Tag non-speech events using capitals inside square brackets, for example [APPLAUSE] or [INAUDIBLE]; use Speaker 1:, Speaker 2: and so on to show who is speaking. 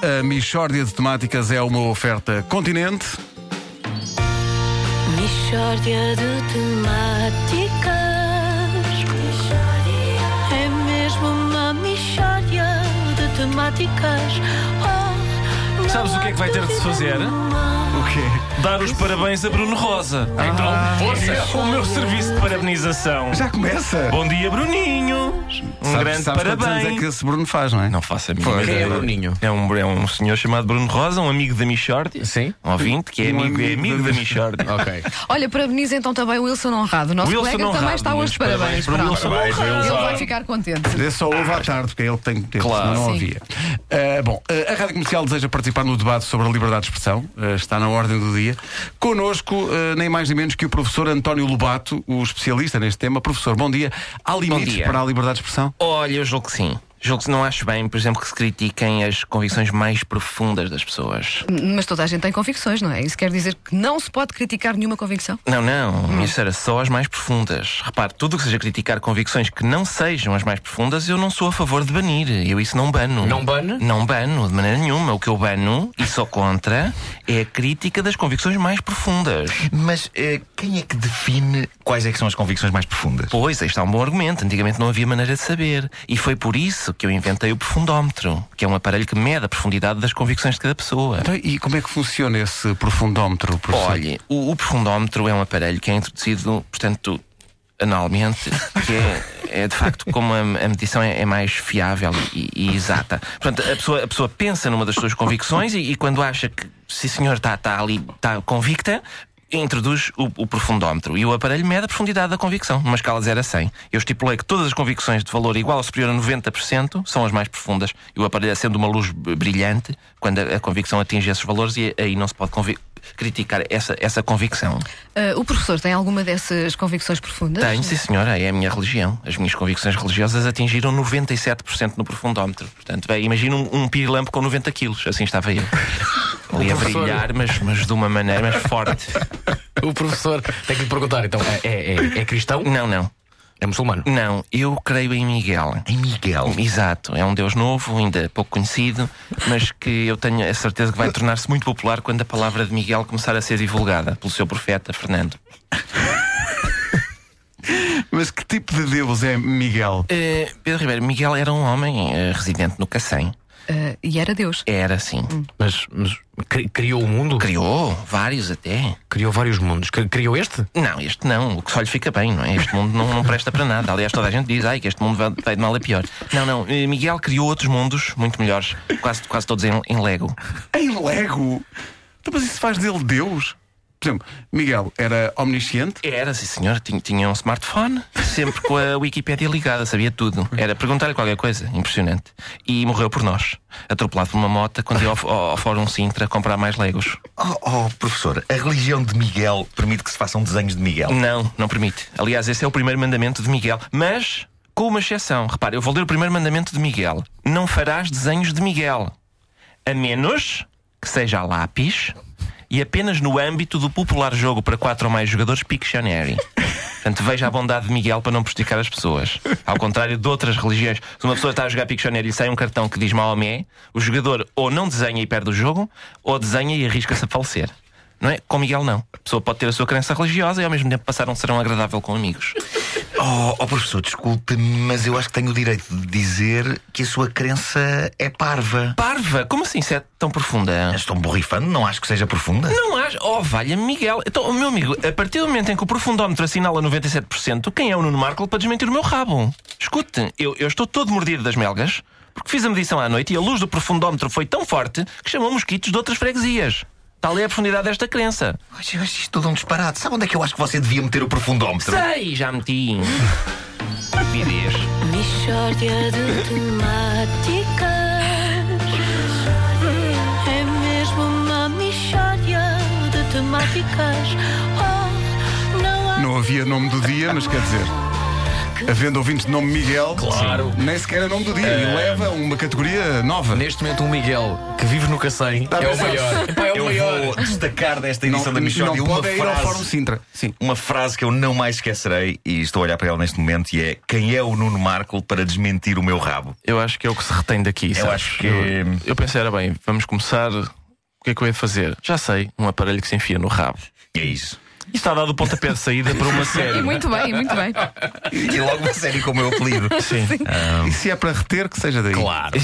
Speaker 1: A Michórdia de Temáticas é uma oferta continente.
Speaker 2: Mishória de temáticas É mesmo uma mishória de temáticas Oh, não
Speaker 3: Sabes o que é que vai ter de se
Speaker 2: há dúvida
Speaker 3: fazer?
Speaker 2: nenhuma.
Speaker 1: O quê?
Speaker 3: Dar os parabéns a Bruno Rosa.
Speaker 1: Ah,
Speaker 3: então, força! O meu serviço de parabenização.
Speaker 1: Já começa?
Speaker 3: Bom dia, Bruninho! Um
Speaker 1: Sabes-
Speaker 3: grande
Speaker 1: sabes quantos anos
Speaker 3: parabéns.
Speaker 1: é que esse Bruno faz, não é?
Speaker 3: Não faço a mínima
Speaker 1: Pois.
Speaker 3: ideia.
Speaker 1: Quem é
Speaker 4: Bruninho?
Speaker 3: É um, é um senhor chamado Bruno Rosa, um amigo da Michordi.
Speaker 4: Sim.
Speaker 3: Um ouvinte que é
Speaker 1: Um
Speaker 3: amigo, é
Speaker 1: amigo
Speaker 3: amigo
Speaker 1: da
Speaker 3: da Michordi.
Speaker 4: Ok.
Speaker 5: Olha, parabeniza então também o Wilson Honrado. O nosso
Speaker 3: Wilson
Speaker 5: colega também
Speaker 3: Honrado,
Speaker 5: está hoje de
Speaker 3: muitos parabéns
Speaker 5: parabéns.
Speaker 3: para o
Speaker 5: Pronto.
Speaker 3: Wilson Honrado.
Speaker 5: Ele vai ficar contente.
Speaker 1: Eu só ouve à tarde, porque é ele que tem que ter,
Speaker 3: Claro.
Speaker 1: senão não
Speaker 5: Sim.
Speaker 1: havia. Ah, bom, ah, a Rádio Comercial deseja participar no debate sobre a liberdade de expressão, ah, está na ordem do dia. Connosco, ah, nem mais nem menos que o professor António Lobato, o especialista neste tema. Professor, bom dia. Há limites
Speaker 4: dia.
Speaker 1: para a liberdade de expressão?
Speaker 4: Olha, eu julgo que sim. Julgo que não acho bem, por exemplo, que se critiquem as convicções mais profundas das pessoas.
Speaker 5: Mas toda a gente tem convicções, não é? Isso quer dizer que não se pode criticar nenhuma convicção?
Speaker 4: Não, não, minha senhora, só as mais profundas. Repare, tudo o que seja criticar convicções que não sejam as mais profundas, eu não sou a favor de banir. Eu isso não bano.
Speaker 6: Não bane?
Speaker 4: Não bano, de maneira nenhuma. O que eu bano, e sou contra, é a crítica das convicções mais profundas.
Speaker 6: Mas eh, quem é que define quais é que são as convicções mais profundas?
Speaker 4: Pois, aí está um bom argumento. Antigamente não havia maneira de saber. E foi por isso que eu inventei o profundómetro, que é um aparelho que mede a profundidade das convicções de cada pessoa.
Speaker 1: Então, e como é que funciona esse profundómetro, professor?
Speaker 4: Olhe, o, o profundómetro é um aparelho que é introduzido, portanto, anualmente, que é, é, de facto como a, a medição é, é mais fiável e, e exata. Portanto, a pessoa, a pessoa pensa numa das suas convicções e, e quando acha que, se senhor está está ali, está convicta. Introduz o, o profundómetro e o aparelho mede a profundidade da convicção, numa escala de 0 a 100. Eu estipulei que todas as convicções de valor igual ou superior a 90% são as mais profundas e o aparelho acende uma luz b- brilhante quando a, a convicção atinge esses valores e aí não se pode convi- criticar essa, essa convicção.
Speaker 5: Ah, o professor tem alguma dessas convicções profundas?
Speaker 4: Tenho, sim senhora, é a minha religião. As minhas convicções religiosas atingiram 97% no profundómetro. Portanto, bem, imagina um, um pirilampo com 90 quilos, assim estava eu. Ali a brilhar, mas, mas de uma maneira mais forte.
Speaker 6: O professor tem que lhe perguntar, então, é, é, é- é cristão?
Speaker 4: Não, não,
Speaker 6: É muçulmano?
Speaker 4: não, eu creio em Miguel.
Speaker 6: Em Miguel.
Speaker 4: Exato, é um Deus novo, ainda pouco conhecido, mas que eu tenho a certeza que vai tornar-se muito popular quando a palavra de Miguel começar a ser divulgada pelo seu profeta Fernando.
Speaker 1: Mas que tipo de Deus é Miguel?
Speaker 4: Eh, Pedro Ribeiro, Miguel era um homem eh, residente no Cacém.
Speaker 5: Ah, e era Deus.
Speaker 4: Era assim.
Speaker 6: Mas, mas cri- criou o mundo?
Speaker 4: Criou vários até.
Speaker 6: Criou vários mundos. Cri- Criou este?
Speaker 4: Não, este não. O que só lhe fica bem, não é? Este mundo não, não presta para nada. Aliás, toda a gente diz ai, que este mundo vai- vai de mal a pior. Não, não. Eh, Miguel criou outros mundos muito melhores. Quase, quase todos em, em Lego.
Speaker 1: Em Lego? Então, mas isso faz dele Deus? Por exemplo, Miguel era omnisciente?
Speaker 4: Era, sim senhor. Tinha, tinha um smartphone, sempre com a [LAUGHS] Wikipédia ligada, sabia tudo. Era perguntar-lhe qualquer coisa. Impressionante. E morreu por nós. Atropelado por uma mota quando ia ao, ao, ao Fórum Sintra comprar mais Legos.
Speaker 6: Oh,
Speaker 7: Professor, a religião de Miguel permite que se façam desenhos de
Speaker 1: Hum.
Speaker 7: Miguel.
Speaker 4: Não, não permite. Aliás, esse é o primeiro mandamento de Miguel. Mas, com uma exceção. Repare, eu vou ler o primeiro mandamento de Miguel. Não farás desenhos de Miguel. A menos que seja a lápis e apenas no âmbito do popular jogo para quatro ou mais jogadores Pictionary. Portanto, veja a bondade de Miguel para não prejudicar as pessoas. Ao contrário de outras religiões, se uma pessoa está a jogar Pictionary e sai um cartão que diz Maomé, o jogador ou não desenha e perde o jogo, ou desenha e arrisca-se a falecer. Não é? Com Miguel, não. A pessoa pode ter a sua crença religiosa e ao mesmo tempo passar um serão agradável com amigos.
Speaker 7: Oh, oh, professor, desculpe-me, mas eu acho que tenho o direito de dizer que a sua crença é parva.
Speaker 4: Parva! Como assim isso é tão profunda?
Speaker 7: Estou-me borrifando, não acho que seja profunda.
Speaker 4: Não há. Oh, valha Miguel. Então, meu amigo, a partir do momento em que o profundómetro assinala 97%, quem é o Nuno Marco para desmentir o meu rabo? Escute, eu, eu estou todo mordido das melgas porque fiz a medição à noite e a luz do profundómetro foi tão forte que chamou mosquitos de outras freguesias. Tal é a profundidade desta crença.
Speaker 7: Mas Eu acho isto tudo um disparate. Sabe onde é que eu acho que você devia meter o profundómetro?
Speaker 4: Sei, já meti. Rapidez.
Speaker 2: Mishória de temáticas É mesmo uma mishória de temáticas Oh, não há
Speaker 1: Não havia nome do dia, mas quer dizer.
Speaker 2: que
Speaker 1: havendo ouvintes de nome Miguel,
Speaker 8: Claro.
Speaker 1: sim, nem sequer é nome do dia, e leva uma categoria nova.
Speaker 8: Neste momento, o Miguel, que vive no Cacém,
Speaker 6: Tá
Speaker 1: a
Speaker 8: é o
Speaker 1: pensar.
Speaker 8: maior. Epá, é o
Speaker 7: Eu
Speaker 8: maior.
Speaker 7: vou destacar desta
Speaker 1: Não,
Speaker 7: edição da Michórdia
Speaker 1: não
Speaker 7: uma
Speaker 1: pode é ir ao
Speaker 7: frase.
Speaker 1: Fórum Sintra. Sim.
Speaker 7: Uma frase que eu não mais esquecerei, e estou a olhar para ela neste momento, e é quem é o Nuno Marco para desmentir o meu rabo?
Speaker 4: Eu acho que é o que se retém daqui.
Speaker 7: Eu
Speaker 4: sabes?
Speaker 7: acho que-
Speaker 4: Eu, eu pensei, era bem, vamos começar. O que é que eu ia fazer? Já sei, um aparelho que se enfia no rabo.
Speaker 7: E é isso.
Speaker 4: E está dado o pontapé de saída para uma série.
Speaker 5: E muito bem, e muito bem.
Speaker 7: E logo uma série como o meu apelido.
Speaker 1: E se é para reter, que seja daí.
Speaker 8: Claro.